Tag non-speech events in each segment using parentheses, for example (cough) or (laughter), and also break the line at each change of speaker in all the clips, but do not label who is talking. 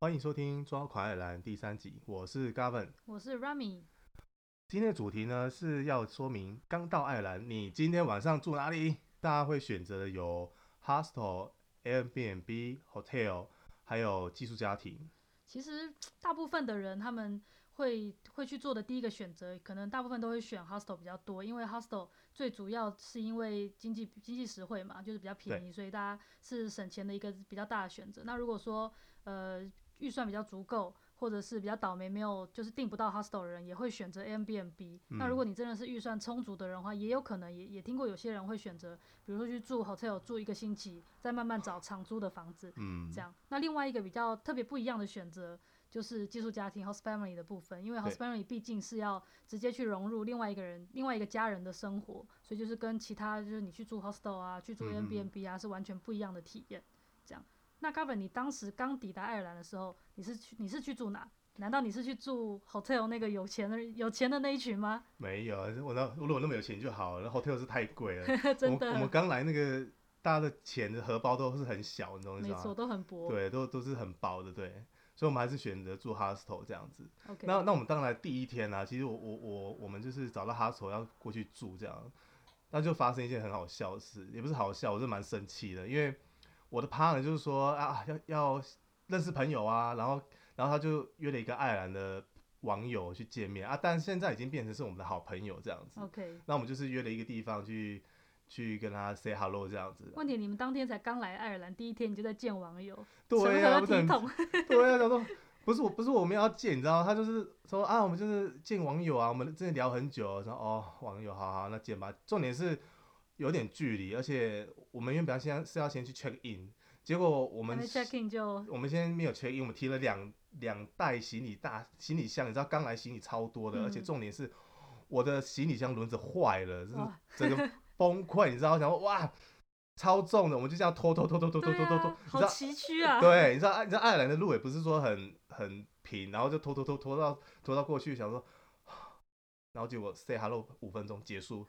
欢迎收听《抓狂爱尔兰》第三集，我是 Gavin。
我是 Rami，
今天的主题呢是要说明刚到爱尔兰，你今天晚上住哪里？大家会选择有 hostel、Airbnb、hotel，还有寄宿家庭。
其实大部分的人他们会会去做的第一个选择，可能大部分都会选 hostel 比较多，因为 hostel 最主要是因为经济经济实惠嘛，就是比较便宜，所以大家是省钱的一个比较大的选择。那如果说呃预算比较足够，或者是比较倒霉没有就是订不到 hostel 的人，也会选择 Airbnb、那如果你真的是预算充足的人的话，也有可能也也听过有些人会选择，比如说去住 hotel 住一个星期，再慢慢找长租的房子。
嗯
这，样。那另外一个比较特别不一样的选择就是寄宿家庭 （host family） 的部分，因为 host
对
family 毕竟是要直接去融入另外一个人、另外一个家人的生活，所以就是跟其他就是你去住 hostel 啊、去住
嗯
Airbnb 啊、是完全不一样的体验。这样。那 Gavin，你当时刚抵达爱尔兰的时候，你是去你是去住哪？难道你是去住 hotel 那个有钱的有钱的那一群吗？ (laughs)
没有，我那如果那么有钱就好了，hotel 是太贵了。我
(laughs) 真
们我们
的，
刚来那个，大家的钱的荷包都是很小，你懂我意
没
思吗
错，？都很薄。
对，都都是很薄的，对。所以我们还是选择住 hostel 这样子。
OK，
那那我们当然第一天啊，其实我我我我们就是找到哈手要过去住这样，那就发生一件很好笑的事，也不是好笑，我是蛮生气的，因为我的 partner 就是说啊要要认识朋友啊，然后然后他就约了一个爱尔兰的网友去见面啊，但现在已经变成是我们的好朋友这样子，
OK。
那我们就是约了一个地方去去跟他 say hello 这样子，
问题你们当天才刚来爱尔兰，第一天你就在见网友，
对
什
啊，不
么时
是
候要
很
提桶？
(laughs) 对啊，想说不是我，不是我们要见，你知道吗，他就是说啊，我们就是见网友啊，我们真的聊很久，然后哦，网友，好好，那见吧。重点是有点距离，而且我们原本先是要先去 check in，结果我
还
们
没 check in 就
我们先没有 check in，我们提了两两袋行李大行李箱，你知道刚来行李超多的，而且
嗯
重点是我的行李箱轮子坏了，就是
哇，
整个崩溃，你知道，我想说哇。超重的，我们就这样拖拖拖拖拖拖
对
拖拖拖，
啊，
你知
好
道
崎岖 (laughs) 啊！
对，你知道，你知道爱尔兰的路也不是说很很平，然后就拖拖拖拖到拖到过去，想说，然后结果 say hello 五分钟结束，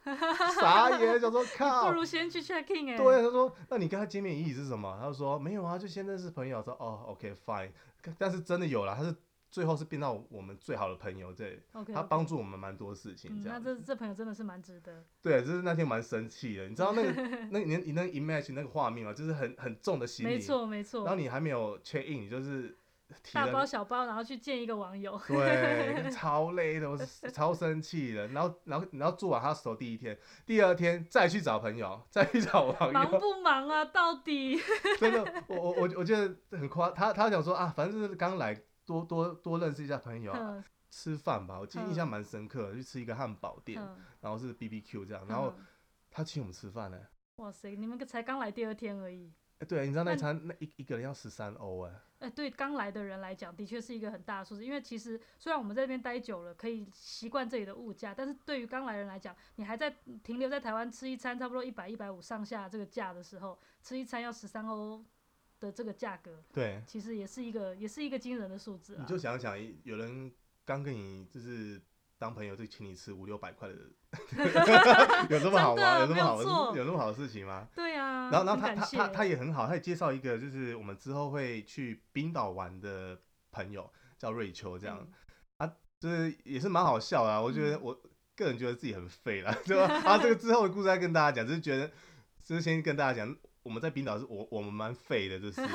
傻眼，
(laughs)
想说靠
不，如先去 check in 哎、
对，他说，那你跟他见面意义是什么？他就说没有啊，就先认识朋友。说哦，OK fine，但是真的有了，他是最后是变到我们最好的朋友，对，
o k
他帮助我们蛮多事情，
嗯，
这
那
样。
这这朋友真的是蛮值得。
对，就是那天蛮生气的，你知道
(laughs)
那个那你你能 imagine 那个画面吗？就是很很重的行李，
没错没
然后
错，
你还没有 check in，你就是提
大
了
包小包，然后去见一个网 (laughs) 友，
对，超累的，我
(laughs)
是超生气的。然后，然后，然后做完他手第一天，第二天再去找朋友，再去
(laughs)
找网
忙
友，
不忙啊？到底
真的，我我我我觉得很夸。他他想说啊，反正就是刚来，多多多认识一下朋友，
嗯
吃饭吧。我记得印
嗯
象蛮深刻的，去吃一个汉堡店，
嗯，
然后是 B B Q 这啊样，然后
嗯
他请我们吃饭呢、
哇塞，你们才刚来第二天而已。
哎对，你知道那
那
一餐那一一个人要十三欧哎，
哎、对刚来的人来讲，的确是一个很大的数字。因为其实虽然我们在这边待久了，可以习惯这里的物价，但是对于刚来人来讲，你还在停留在台湾吃一餐差不多一百一百五上下这个价的时候，吃一餐要十三欧的这个价格，
对，
其实也是一个也是一个惊人的数字
你
啊。
就想想，有人刚跟你就是当朋友，就请你吃五六百
(laughs)
块的，有这么好吗？有这
真的啊
么好
没有错
有这么好的事情吗？
对啊，
然后，然
很
后他
感
他
谢
他他也很好，他也介绍一个就是我们之后会去冰岛玩的朋友，叫瑞秋，这样、
嗯
就是也是蛮好笑的啊。我觉得
嗯
我个人觉得自己很废啦， (laughs) 对吧？啊，这个之后的故事再跟大家讲，就是觉得就是先跟大家讲，我们在冰岛是我我们蛮废
(laughs)
的，就是
嗯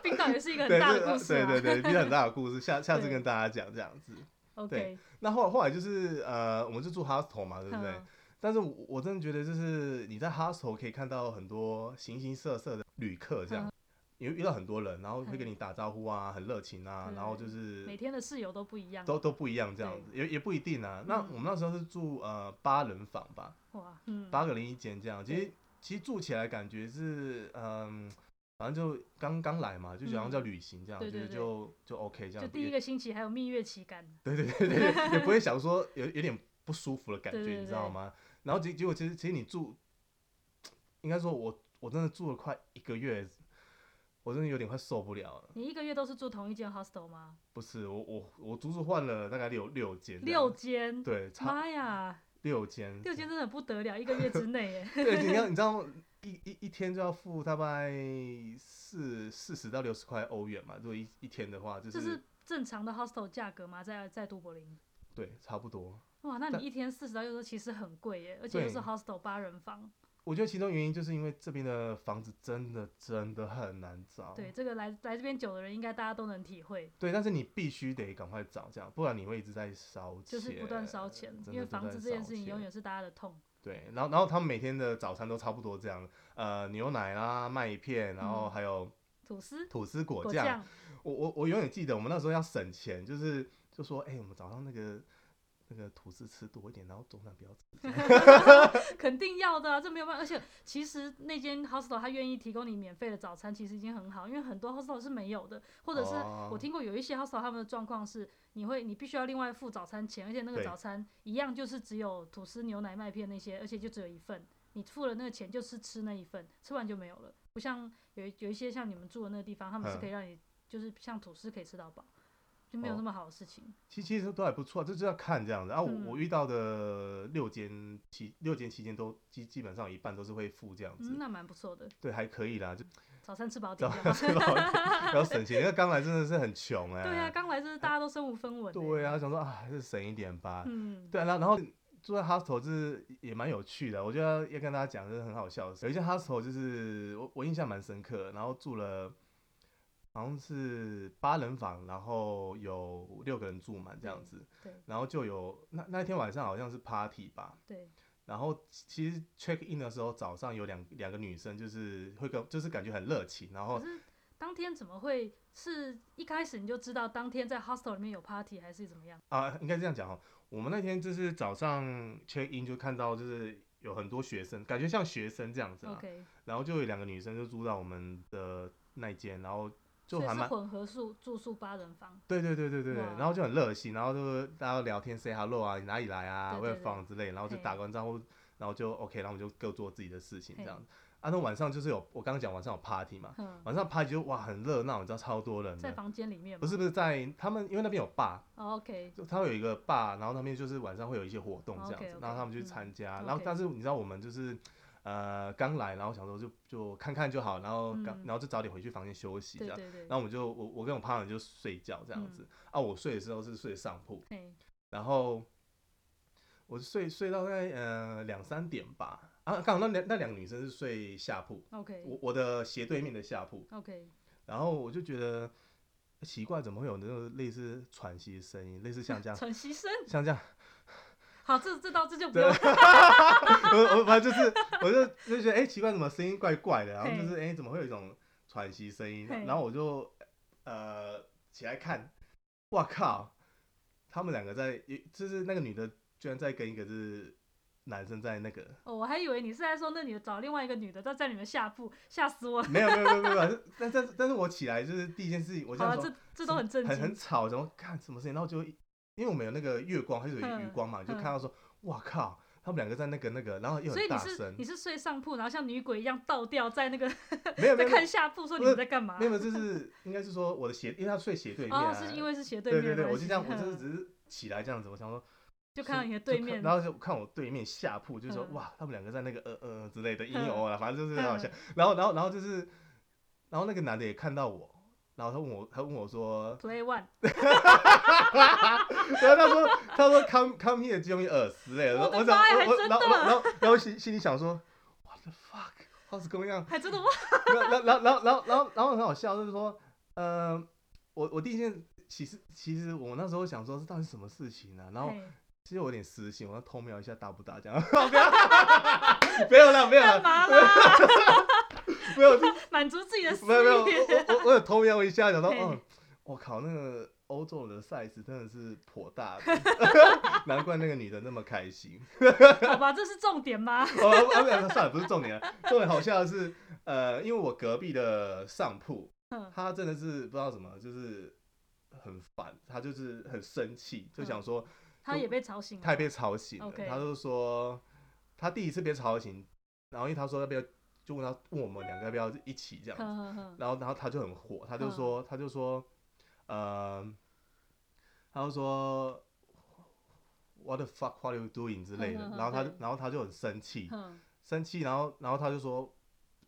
冰岛也是一个很
对
大的
这
故事、啊。
对对对，冰岛很大的故事，下下次
对
跟大家讲这样子。对
OK，
那后来后来就是呃，我们就住 hostel 嘛，对不对？
嗯
但是我我真的觉得就是你在 hostel 可以看到很多形形色色的旅客这样
嗯，
你会遇到很多人，然后会
嗯
跟你打招呼啊，很热情啊，
对
然后就是
每天的室友都不一样。
都都不一样这样子，也也不一定啊。那
嗯
我们那时候是住呃八人房吧，
哇，嗯，
八个人一间这样，其实
对
其实住起来感觉是嗯。反正就刚刚来嘛，就好像
嗯
叫旅行这样，
对
觉
对
得
对
就就 OK 这样
就
子。
第一个星期还有蜜月期感，
对对对对， (laughs) 对，也不会想说有有点不舒服的感觉，
对对对
你知道吗？然后结结果其实其实你住，应该说我我真的住了快一个月，我真的有点快受不了了。
你一个月都是住同一间 hostel 吗？
不是我我我足足换了大概六六间这样，
六间，
对，差
妈呀，
六间，
六间真的很不得了，一个月之内耶。
对，你知道你知道一一一天就要付大概四四十到六十块欧元嘛，如果一一天的 (laughs) 话，就
这
是
是正常的 hostel 价格吗？在在都柏林？
对，差不多。
哇，那
但
你一天四十到六十其实很贵耶，而且又是
对
hostel 八人房。
我觉得其中原因就是因为这边的房子真的真的很难找，
对，这个来来这边久的人，应该大家都能体会，
对但是你必须得赶快找，这样不然你会一直在烧钱，
就是不断烧钱，
真的
因为
不
房
断
子这件
烧
事情
钱
永远是大家的痛。
对，然后然后他们每天的早餐都差不多这样，呃，牛奶啦、麦片，然后
嗯
还有
吐司、
吐司果
果
酱。
酱，
我我我永远记得，我们那时候要省钱，就是就说，哎、我们早上那个那个吐司吃多一点，然后中餐不要吃。
肯定要的啊、这没有办法。而且其实那间 hostel 他愿意提供你免费的早餐，其实已经很好，因为很多 hostel 是没有的，或者是
哦
我听过有一些 hostel 他们的状况是，你会你必须要另外付早餐钱，而且那个
对
早餐一样就是只有吐司、牛奶、麦片那些，而且就只有一份。你付了那个钱就是吃那一份，吃完就没有了。不像有一有一些像你们住的那个地方，他们是
嗯
可以让你就是像吐司可以吃到饱，就没有
哦
那么好的事情。
其实其实都还不错，这就要看这样子。然、后啊我、
嗯
我遇到的六间期六间期间都基基本上有一半都是会付这样子，
嗯，那蛮不
(laughs)
错的，
对，还可以啦，就
早餐
(laughs)
吃饱
早
点就
上吃
好。
饱一点，然后省钱。因为刚来真的是很穷哎、
对啊，刚来就是大家都身无分文、
对
啊，
啊，想说啊，还是省一点吧。
嗯，
对啊，然后然后住在 hostel 就是也蛮有趣的，我觉得要跟大家讲，就是很好笑的事。有一间 hostel 就是我我印象蛮深刻的，然后住了好像是八人房，然后有六个人住满这样子，
对
然后就有那那天晚上好像是 party 吧。
对，
然后其实 check in 的时候，早上有两两个女生，就是会跟，就是感觉很热情，然后
可是当天怎么会是一开始你就知道当天在 hostel 里面有 party 还是怎么样？
啊，应该这样讲哦。我们那天就是早上 check in 就看到，就是有很多学生，感觉像学生这样子啊。
OK，
然后就有两个女生就住到我们的那一间，然后就
所以
还
是
蛮
混合宿住宿八人房，
对对对对对对，
哇
然后就很热心，然后就大家聊天 say hello 啊，你哪里来啊
对对
，where from 之类，然后就
嘿
打完招呼，然后就 OK，然后我们就各做自己的事情这
嘿
样子。啊，那晚上就是有我刚刚讲晚上有 party 嘛，
嗯，
晚上 party 就哇很热闹，你知道超多人
在
的。
房间里面
不
嘛。
是不是在他们，因为那边有坝，
哦 OK，
就他有一个坝，然后那边就是晚上会有一些活动这样子
OK，OK，
然后他们去
嗯
参加。
OK
然后但是你知道我们就是呃刚来，然后想说就就看看就好，然后刚、
嗯
然后就早点回去房间休息这
对
样。
对对嗯
然，后我们就我我跟我 partner 就睡觉这样子、啊，我睡的时候是睡上铺，
嘿，
然后我睡睡到大概呃两三点吧啊，刚好那两那两个女生是睡下铺，
OK
我我的斜对面的下铺，
OK，
然后我就觉得欸奇怪，怎么会有那种类似喘息的声音，类似
(laughs)
像这样
喘息声，
像这样，
好，这这道这就不
对
用，
我我反正就是我就就觉得哎、欸奇怪，怎么声音怪怪的，然后就是哎、欸怎么会有一种喘息声音，
嘿
然后我就呃起来看，哇靠，他们两个在，就是那个女的居然在跟一个就是男生在那个，
哦，我还以为你是在说那女的找另外一个女的在在你们下铺，吓死我了。
没有没有没有没有没有，但但但是我起来就是第一件事情，我
好
想
了，
说
哦这这都很震
很
惊
很，吵，然后看什么事情，然后就因为我们有那个月光，还是有余
嗯
光嘛，就
嗯
看到说哇靠，他们两个在那个那个，然后又
所以
很
你
大
是
声
你，是睡上铺，然后像女鬼一样倒吊在那个
没有没
在
有。
看下铺，说你们在干嘛
没？有，就是应该是说我的斜，因为他睡斜对面、啊
啊哦，是因为是斜
对
面的
对，
关系。
我就这样，我就是
嗯
只是起来这样子，我想说
就看到你的
就
对
看
面，
然后就看我对面下铺，就说、
嗯
哇，他们两个在那个呃呃之类的音
嗯
游啊，反正就是很好笑。然后然后然后就是，然后那个男的也看到我，然后他问我，他问我说， (laughs)
Play One，
然后他说他说 come come here 救命耳之类的，然后
我的
我想
妈呀
我我
还真
然后
的
然后然后心心里想说 what the fuck。how's it going on？
还真的哇，
然后，然后，然后，然后，然后，然后很好笑，就是说，呃，我我第一件，其实其实我那时候想说，这到底是什么事情呢、啊？然后 (laughs)
嘿
其实我有点私心，我要偷瞄一下大不大这样。 (laughs) 没有啦，没有
干
啦，(laughs)
嘛啦？
没有，就
满足自己的私
没有，没有，
欲。
我我我我有偷瞄一下，想到，
嘿
嗯，我靠，那个欧洲人的 size 真的是颇大
(laughs)
的，难怪那个女的那么开心。 (laughs)
好吧，这是重点吗？
哦，啊，没有，算了，不是重点了。重点好笑的是，呃，因为我隔壁的上铺，
嗯
他真的是不知道什么，就是很烦，他就是很生气，就想说
他也被吵醒
他也
(laughs) 了。
被吵醒了，
嗯 OK
他就说他第一次被吵醒，然后因为他说要不要，就问他问我们两个要不要一起这样子，
哼哼哼
然后然后他就很火，他
嗯
就说他就说，呃，他就说 What the fuck, what are you doing 之类的
嗯嗯，嗯
然后他就
对
然后他就很生气，
哼，
生气，然后然后他就说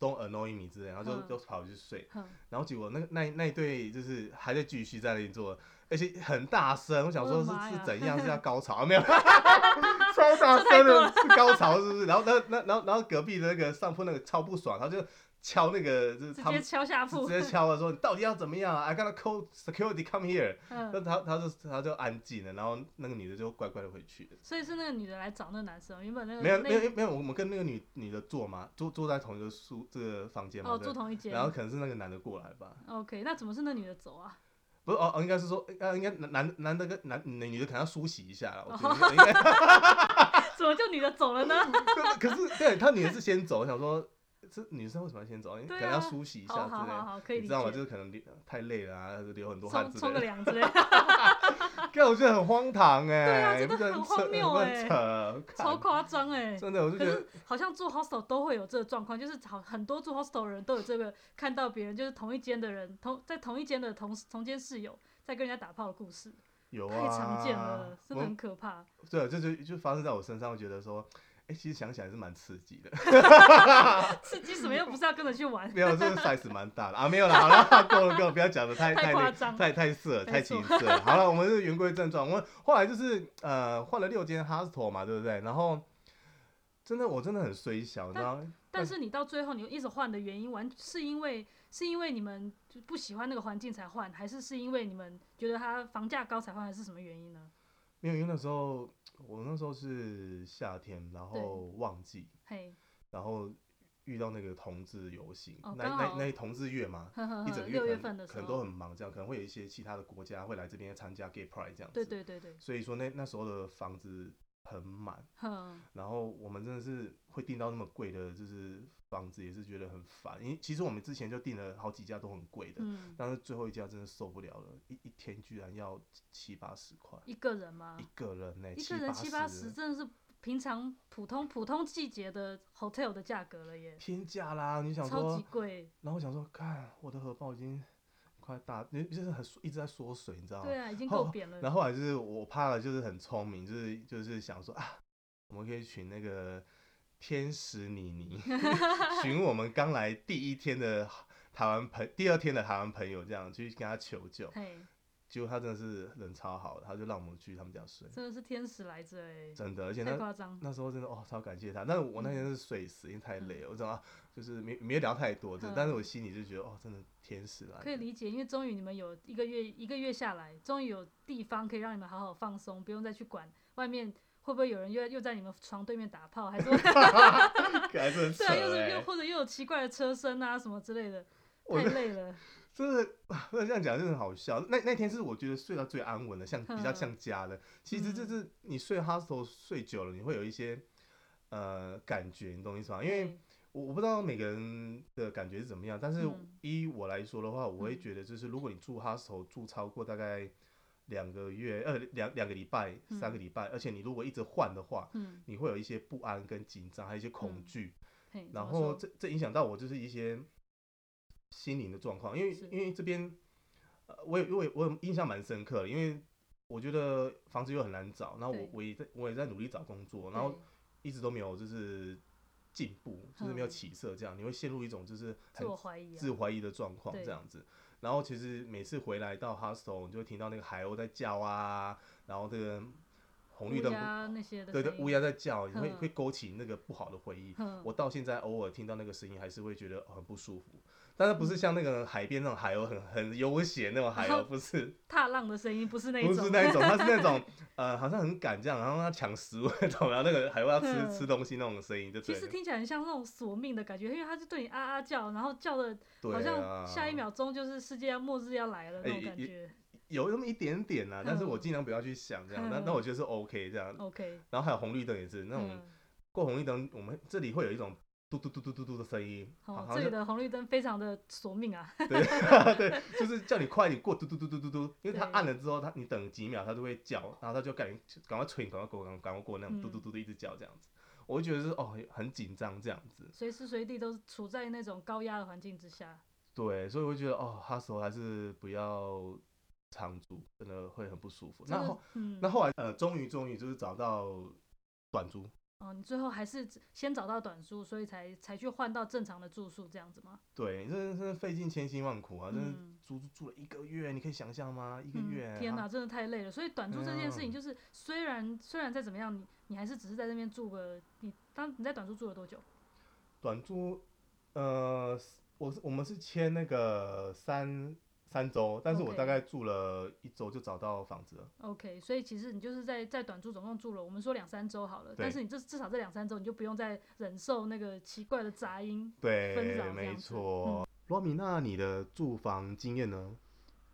don't annoy me 之类，然后就、
嗯
就跑去睡。
哼，
然后结果那个那那一对就是还在继续在那里做，而且很大声。我想说
我
是
的妈呀
是怎样是要高潮、啊、 (laughs)
(laughs)
没有？超大声的，是高潮是不是？然后那那然后然后隔壁的那个上铺那个超不爽，他就敲那个就是
直
他
接
们
敲下
直
铺，
接敲了说你到底要怎么样啊？I gotta call security come here。那
嗯，
他他就他就安静了，然后那个女的就乖乖的回去了。
所以是那个女的来找那个男生，原本那个
没有
嗯那
没有没有，我们跟那个女女的坐嘛，坐坐在同一个宿这个房间嘛，
哦，
对
住同一间
然后可能是那个男的过来吧，
，OK，那怎么是那女的走啊？ (laughs)
不是哦，哦应该是说，呃，应该男男男的跟男女女的可能要梳洗一下啦，我觉得应该。
怎么就女的走了呢？哦
可是对他女的是先走，我想说这女生为什么要先走？因为
对啊
可能要梳 (laughs) 洗一下
好
之
好好
类。
好，可以
你
理
知道吗？就
解，
是可能流太累了啊，流很多汗
冲
之
冲
类
个
的。
哎
(laughs)
凉之类的， (laughs)
看我觉得很荒唐哎、
对啊
你不
真
觉得
的很
很
荒
扯
谬欸
很扯，看
超夸
(laughs)
张哎。
真的，我就
可
觉得
是好像住 hostel 都会有这个状况，就是好很多住 hostel 的人都有这个看到别人就是同一间的人同在同一间的同同间室友在跟人家打炮的故事，
有啊，
太常见了，真的
我
很可怕。
对，这就就发生在我身上，我觉得说，哎、其实想起来是蛮刺激的。 (laughs)
刺激什么又不是要跟着去玩，
没有，这个 size 蛮大的啊，没有了，好了，够了够了，不要讲的太
太
太
夸
那
张
太太色了，
没
太情色了。好了，我们是言归正传，我们后来就是呃换了六间 hostel 嘛，对不对？然后真的我真的很衰小，你知道吗？
但是你到最后你一直换的原因，完是因为是因为你们就不喜欢那个环境才换，还是是因为你们觉得它房价高才换，还是什么原因呢？
没有，因为那时候我那时候是夏天，然后旺季，
嘿，
然后遇到那个同志游行，
哦
那
刚
那
好
那同志月嘛。
呵呵
一整
呵，
个月
六
可
月
能
份的时
可能都
候，
很忙，这样可能会有一些其他的国家会来这边参加 Gay Pride 这样子。
对对对对，
所以说那那时候的房子很满，
哼，
然后我们真的是会订到那么贵的，就是房子也是觉得很烦。因为其实我们之前就订了好几家都很贵的，
嗯，
但是最后一家真的受不了了，一一天居然要七八十块
一个人吗
一？个人呢、
一个人七八十，
十
真的是平常普通普通季节的 hotel 的价格了耶，
天价啦！你想
超
说
级，贵。
然后我想说，看我的荷包已经快大，就是很一直在缩水，你知道吗
对？啊，已经
后
够扁了。
然后后来就是我怕了，就是很聪明，就是就是想说啊，我们可以请那个天使妮
(laughs)
妮寻我们刚来第一天的台湾朋，第二天的台湾朋友这样去跟他求救，
嘿，
结果他真的是人超好的，他就让我们去他们家睡，
真的是天使来着哎，
真的，而且
太
那
夸张。嗯
那时候真的哦，超感谢他。但是我那天是睡死，因为太累了，我知道、啊、就是没没有聊太多，这
嗯
但是我心里就觉得哦，真的天使来了，
可以理解，因为终于你们有一个月一个月下来，终于有地方可以让你们好好放松，不用再去管外面会不会有人又又在你们床对面打炮，还是 (laughs)
还是很扯
对啊，又是
哎、
又或者又有奇怪的车声啊什么之类的，
我
太
就
累了。
真的，不能这样讲，真的很好笑。那那天是我觉得睡到最安稳的，像比
嗯
较像家的。其实就是你睡 hostel 睡久了，你会有一些呃感觉，你懂我意思 (laughs) 吗？因为
对
我我不知道每个人的感觉是怎么样，但是
嗯
依我来说的话，我会觉得就是如果你住 hostel 住超过大概两个月，呃两两个礼拜、
嗯
三个礼拜，而且你如果一直换的话，
嗯，
你会有一些不安跟紧张，还有一些恐
嗯
惧。
嘿，怎
然
么
后
说
这这影响到我就是一些心灵的状况，因为
是
因为这边呃，我也我也我也印象蛮深刻的，因为我觉得房子又很难找，然后我
对
我也在我也在努力找工作，然后一直都没有就是进步，就是没有
嗯
起色，这样你会陷入一种就是
对自
很
我怀疑啊，
自怀疑的状况
对
这样子。然后其实每次回来到 hostel，你就会听到那个海鸥在叫啊，然后这个红绿
乌
灯，
鸦那些的
对对
声，音
乌鸦在叫，你会
嗯
会勾起那个不好的回忆。
哼
我到现在偶尔听到那个声音，还是会觉得很不舒服。但是不是像那个海边那种海鸥很很悠闲那种海
(laughs)
鸥，不是
踏浪的声音不是那
不
一
是
种，
那
(laughs)
一种，它是那种呃好像很赶这样，然后它抢食物那种，然后那个海鸥要
嗯
吃吃东西那种声音，就
其
对
实
了。
听起来很像那种索命的感觉，因为它就对你啊啊叫，然后叫的
对
好
啊，
像下一秒钟就是世界要末日要来了那
哎
种
也
感
也
觉。
有那么一点点啦、但是我
嗯
尽量不要去想这样。那
嗯
那我觉得是 OK 这样。
OK，
然后还有红绿灯也是那种
嗯
过红绿灯，我们这里会有一种嘟嘟嘟嘟嘟嘟的声音，
哦
好，
这
像
里的红绿灯非常的索命啊， (laughs)
对对，就是叫你快点过，嘟嘟嘟嘟嘟嘟，因为它
对
按了之后，它你等几秒，它就会叫，然后它就赶紧赶快催你，赶快过，赶快赶快过那种
嗯
嘟嘟嘟的一直叫这样子，我就觉得是哦很紧张这样子，
随时随地都是处在那种高压的环境之下。
对，所以我就觉得哦，哈手还是不要常住，真的会很不舒服。
真
那
的
后，
嗯
那，后来呃，终于终于就是找到短租，
哦，你最后还是先找到短租，所以才才去换到正常的住宿这样子吗？
对，真的真的费尽千辛万苦啊，真的
嗯
住住了一个月，你可以想象吗？一个
嗯
月，
天
啊
哪，真的太累了。所以短租这件事情，
嗯
就是虽然虽然再怎么样，你你还是只是在这边住个，你当你在短租住了多久？
短租，呃，我是我们是签那个三三周，但是我
OK
大概住了一周就找到房子了。
OK，所以其实你就是在在短租总共住了，我们说两三周好了，但
对
是你这至少这两三周你就不用再忍受那个奇怪的杂音。分
对
早，这
没
样子嗯
错。罗米，那你的住房经验呢？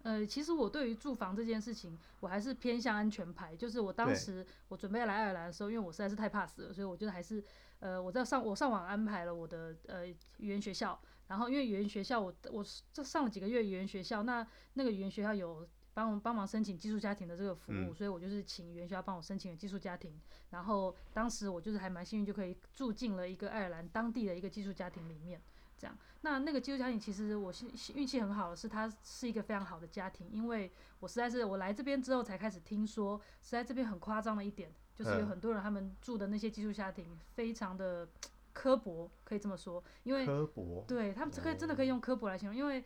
呃，其实我对于住房这件事情，我还是偏向安全牌。就是我当
对
时我准备来爱尔兰的时候，因为我实在是太怕死了，所以我觉得还是呃，我在上我上网安排了我的呃语言学校，然后因为语言学校我我是这上了几个月语言学校，那那个语言学校有帮我帮忙申请寄宿家庭的这个服务，
嗯
所以我就是请语言学校帮我申请了寄宿家庭，然后当时我就是还蛮幸运，就可以住进了一个爱尔兰当地的一个寄宿家庭里面。这样，那那个寄宿家庭其实我是是运气很好的，是它是一个非常好的家庭，因为我实在是我来这边之后才开始听说，实在这边很夸张的一点，就是有
嗯
很多人他们住的那些寄宿家庭非常的刻薄，可以这么说，因为
科博，
对他们可以真的可以
哦
用刻薄来形容，因为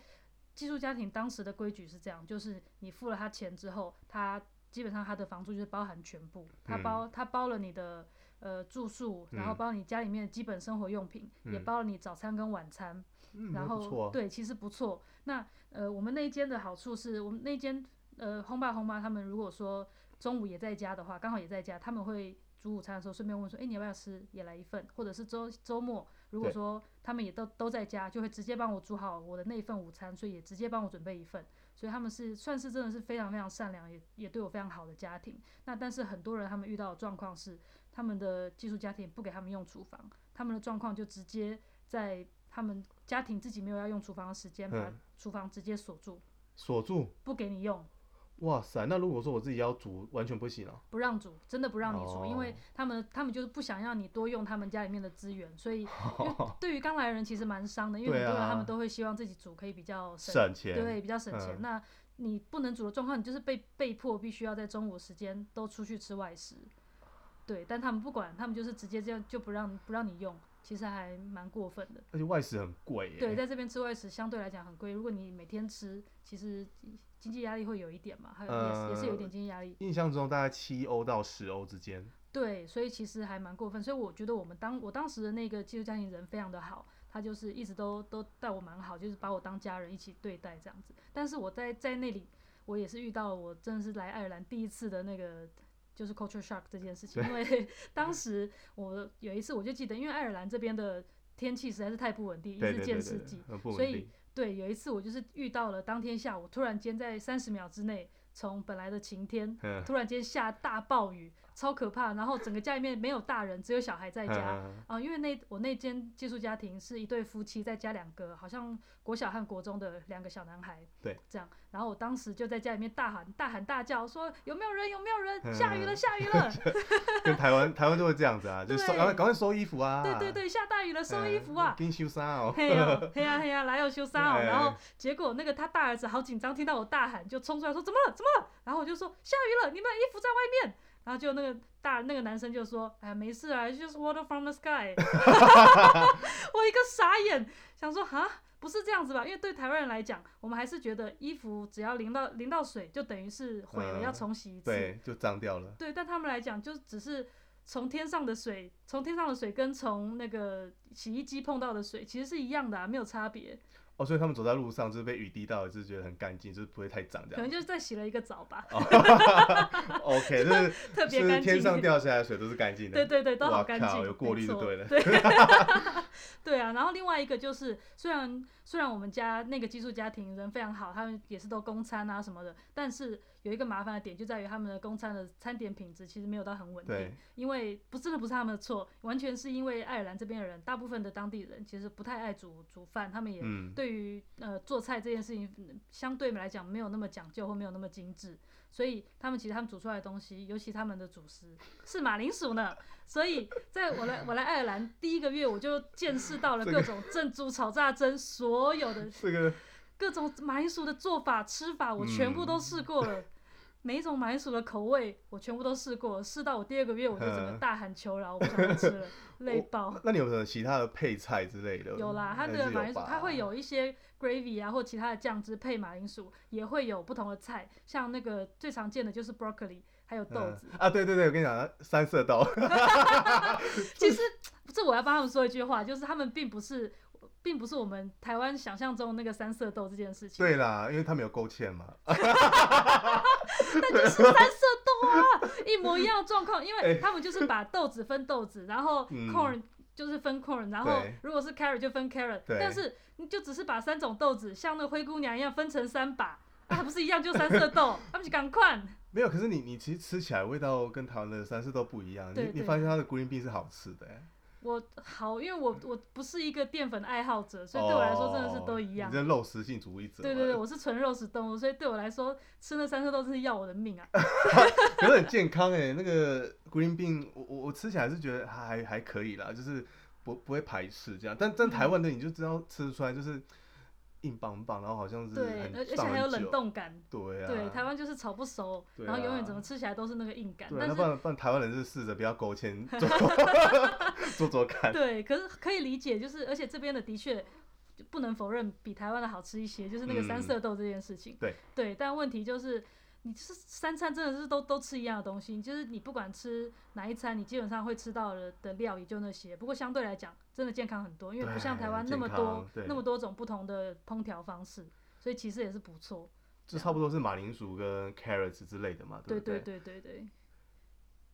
寄宿家庭当时的规矩是这样，就是你付了他钱之后，他基本上他的房租就是包含全部，他
嗯
包、他包了你的呃住宿，然后
嗯
包你家里面的基本生活用品，也
嗯
包了你早餐跟晚餐，
嗯，
然
那不错
后
啊，
对，其实不错。那呃，我们那一间的好处是我们那一间呃，轰爸轰妈他们如果说中午也在家的话，刚好也在家，他们会煮午餐的时候顺便问说，哎，你要不要吃？也来一份，或者是周周末如果
对
说他们也都都在家，就会直接帮我煮好我的那一份午餐，所以也直接帮我准备一份。所以他们是算是真的是非常非常善良，也也对我非常好的家庭。那但是很多人他们遇到的状况是，他们的寄宿家庭不给他们用厨房，他们的状况就直接在他们家庭自己没有要用厨房的时间，把
嗯哦
厨房直接锁住，
锁住。
不给你用，
哇塞，那如果说我自己要煮，完全不行啊。
不让煮，真的不让你煮，因为
哦
他们他们就是不想让你多用他们家里面的资源，
(laughs)
所以因为对于刚来的人其实蛮伤的，因为很
对
多人他
啊
们都会希望自己煮可以比较哦省
省钱，
对，比较省钱。
嗯
那你不能煮的状况，你就是被被迫必须要在中午时间都出去吃外食。对，但他们不管，他们就是直接这样就不让不让你用，其实还蛮过分的。
而且外食很贵耶。
对，在这边吃外食相对来讲很贵，如果你每天吃，其实经济压力会有一点嘛，还有也是也是有一点经济压力。
印象中大概七欧到十欧之间。
对，所以其实还蛮过分。所以我觉得我们当我当时的那个寄宿家庭人非常的好，他就是一直都都待我蛮好，就是把我当家人一起对待这样子。但是我在在那里，我也是遇到了我真的是来爱尔兰第一次的那个。就是 culture shock 这件事情，因
(laughs)
为当时我有一次我就记得，因为爱尔兰这边的天气实在是太不稳定，一
对
日
对对
见
对
四
对
季，，
很不
所
稳
以
定。
对，有一次我就是遇到了当天下午，突然间在三十秒之内，从本来的晴天，
嗯
突然间下大暴雨，超可怕。然后整个家里面没有大人，只有小孩在家。
嗯
啊、因为那我那间寄宿家庭是一对夫妻，再加两个好像国小和国中的两个小男孩，
对，
这样。然后我当时就在家里面大喊大喊大叫，说有没有人？有没有人？
嗯
下雨了，下雨
(laughs)
了！
跟台湾台湾就会这样子
(laughs)
啊，就收
对
赶快赶快收衣服啊。
对对对，下大雨了，收衣服啊！
给你修衫哦。
嘿呀、嘿呀、嘿呀、来要修三哦。
哎
然后结果那个他大儿子好紧张，听到我大喊就冲出来说怎么了怎么了，然后我就说下雨了，你们的衣服在外面。然后就那个大那个男生就说：“哎呀，没事啊，it's，just water from the
(laughs)
sky。” (laughs) 我一个傻眼，想说啊，不是这样子吧？因为对台湾人来讲，我们还是觉得衣服只要淋到淋到水，就等于是毁了，
嗯
要重洗一次。
(laughs) 对，就脏掉了。
对，但他们来讲，就只是从天上的水，从天上的水跟从那个洗衣机碰到的水其实是一样的、啊，没有差别，
哦，所以他们走在路上就是被雨滴到，就是觉得很干净，就是不会太脏这
可
样。
能 (laughs) 就是再洗了一个澡吧， (laughs)
OK，就是
特别
就是
干净
天
一
上
点。
掉下来的水都是干净的。
对对对，都好
哇
干
靠
净，
有过
没
滤就
错
对了 (laughs)
对， (laughs) 对啊。然后另外一个就是，虽然虽然我们家那个寄宿家庭人非常好，他们也是都供餐啊什么的，但是有一个麻烦的点就在于他们的供餐的餐点品质其实没有到很稳定
对。
因为不真的不是他们的错，完全是因为爱尔兰这边的人，大部分的当地人其实不太爱煮煮饭，他们也
嗯，
对于呃做菜这件事情嗯相对来讲没有那么讲究或没有那么精致，所以他们其实他们煮出来的东西，尤其他们的主食是马铃薯呢。所以在我来我来爱尔兰第一个月，我就见识到了
这
各
个
种蒸煮炒炸蒸所有的
这个嗯
各种马铃薯的做法吃法，我全部都试过了。 (laughs) 每一种马铃薯的口味我全部都试过，试到我第二个月我就整个
嗯
大喊求饶，我不想再吃了，累
我
爆。
那你有没有其他的配菜之类的？
有啦，它
还
的
是
马铃薯
吧
它会有一些 gravy 啊，或其他的酱汁配马铃薯，也会有不同的菜，像那个最常见的就是 broccoli，还有豆
嗯
子。
啊，对对对，我跟你讲，三色豆， (laughs)
其实这我要帮他们说一句话，就是他们并不是，并不是我们台湾想象中那个三色豆这件事情。
对啦，因为他们有勾芡嘛。
三色豆啊，一模一样的状况，因为他们就是把豆子分豆子，然后
哎嗯
corn 就是分 corn，然后
对
如果是 carrot 就分 carrot，
对
但是你就只是把三种豆子像那灰姑娘一样分成三把，啊，还不是一样就三色豆，他们就赶快。
没有，可是你你其实吃起来味道跟台湾的三色豆不一样，
对
你你
对
发现它的 green bean 是好吃的欸，
我好，因为我我不是一个淀粉爱好者，所以对我来说真的是都一
哦
样。
你这肉食性主义者，
对对对，，我是纯肉食动物，所以对我来说吃那三色豆真是要我的命啊！
(laughs) 可是很健康哎，那个 green bean 我我我吃起来是觉得还还可以啦，就是不不会排斥这样，但但
嗯
台湾的你就知道吃得出来就是硬邦邦，然后好像是
对，
嗯很
而而且
上
还有
很
冷
久，
冻感。
对啊，
对，台湾就是炒不熟，
对
然后永远
啊
怎么吃起来都是那个硬感。
对啊，
但
那不
是
然不然台湾人是试着不要勾
(laughs)
芡做 (laughs) 做做看，
对，可是可以理解，就是而且这边的的确就不能否认比台湾的好吃一些，就是那个三
嗯
色豆这件事情。
对
对，但问题就是。你就是三餐真的是都都吃一样的东西，就是你不管吃哪一餐，你基本上会吃到的的料也就那些。不过相对来讲，真的健康很多，因为不像
对
台湾那
健
么
康
多
对
那么多种不同的烹调方式，所以其实也是不错。
就差不多是马铃薯跟 carrots 之类的嘛，
对
不对
对对对对，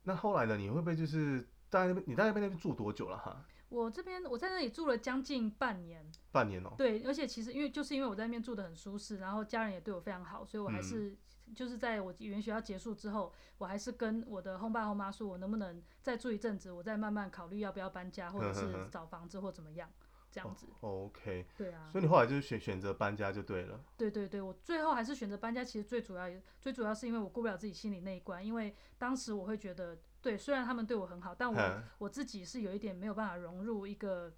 那后来呢？你会不会就是大概那边你大概在那边住多久了哈？
我这边我在那里住了将近半年，
半年哦、
对，而且其实因为就是因为我在那边住的很舒适，然后家人也对我非常好，所以我还
嗯
是、就是在我语言学校结束之后，我还是跟我的后爸后妈说，我能不能再住一阵子，我再慢慢考虑要不要搬家，或者
哼哼
是
哼
找房子或怎么样，这样子。
OK，
对啊，
所以你后来就是选选择搬家就对了。
对对对，我最后还是选择搬家，其实最主要也最主要是因为我过不了自己心里那一关，因为当时我会觉得，对，虽然他们对我很好，但我、
嗯
我自己是有一点没有办法融入一个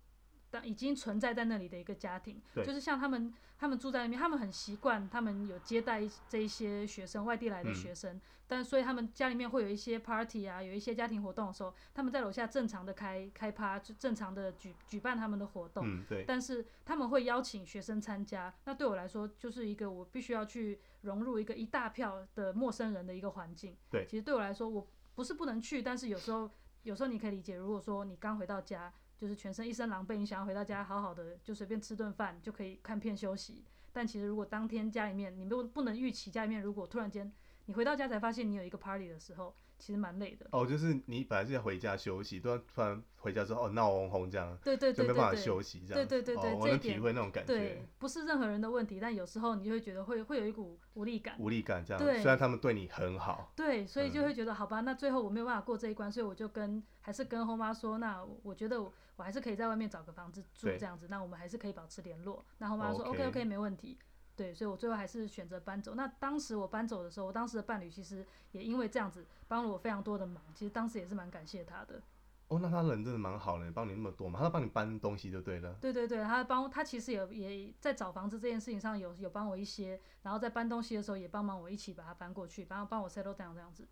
当已经存在在那里的一个家庭，
对
就是像他们他们住在那边，他们很习惯，他们有接待这一些学生外地来的
嗯
学生，但所以他们家里面会有一些 party 啊，有一些家庭活动的时候，他们在楼下正常的开开趴，就正常的举举办他们的活动，
嗯，对，
但是他们会邀请学生参加，那对我来说就是一个我必须要去融入一个一大票的陌生人的一个环境。
对
其实对我来说，我不是不能去，但是有时候有时候你可以理解，如果说你刚回到家，就是全身一身狼狈，你想要回到家好好的就随便吃顿饭就可以看片休息，但其实如果当天家里面你不不能预期家里面如果突然间你回到家才发现你有一个 party 的时候，其实蛮累的。
哦，就是你本来是要回家休息，突然突然回家之后哦闹哄哄这样，
对对
就
对
没
对
办法
对。
休息这样子。
对对对对
哦，我
这一
能
点
体会那种感
对
觉，，
不是任何人的问题，但有时候你就会觉得会会有一股无力感。
无力感这样。
对
虽然他们对你很好，
对，所以就
嗯
会觉得好吧，那最后我没有办法过这一关，所以我就跟还是跟后妈说，那我我觉得我我还是可以在外面找个房子住
对
这样子，那我们还是可以保持联络。那后妈说
OK
OK OK 没问题，对，所以我最后还是选择搬走。那当时我搬走的时候，我当时的伴侣其实也因为这样子帮了我非常多的忙，其实当时也是蛮感谢他的。
哦，那他人真的蛮好的，帮你那么多嘛，他帮你搬东西就对了。
对对对，他帮他其实也也在找房子这件事情上有有帮我一些，然后在搬东西的时候也帮忙我一起把它搬过去，帮帮我 settle down 这样子。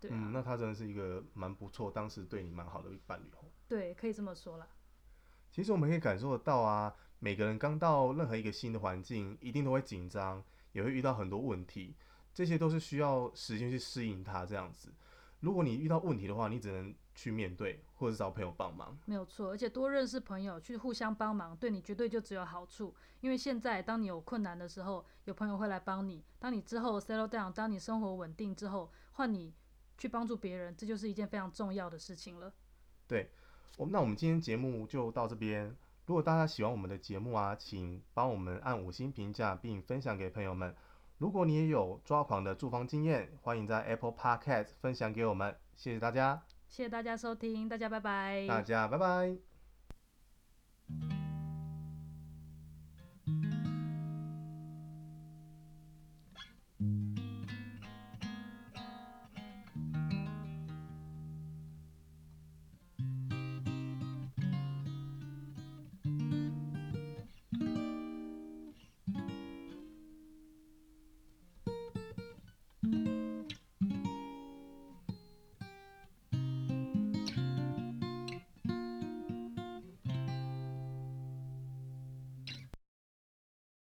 对啊，
嗯，那他真的是一个蛮不错，当时对你蛮好的伴侣哦。
对，可以这么说啦。
其实我们可以感受得到啊，每个人刚到任何一个新的环境，一定都会紧张，也会遇到很多问题，这些都是需要时间去适应它这样子。如果你遇到问题的话，你只能去面对，或者找朋友帮忙。
没有错，而且多认识朋友，去互相帮忙，对你绝对就只有好处。因为现在当你有困难的时候，有朋友会来帮你；当你之后 settle down，当你生活稳定之后，换你去帮助别人，这就是一件非常重要的事情了。
我哦那我们今天节目就到这边。如果大家喜欢我们的节目啊，请帮我们按五星评价，并分享给朋友们。如果你也有抓狂的住房经验，欢迎在 Apple Podcast 分享给我们。谢谢大家，
谢谢大家收听，大家拜拜。
大家拜拜。
Thank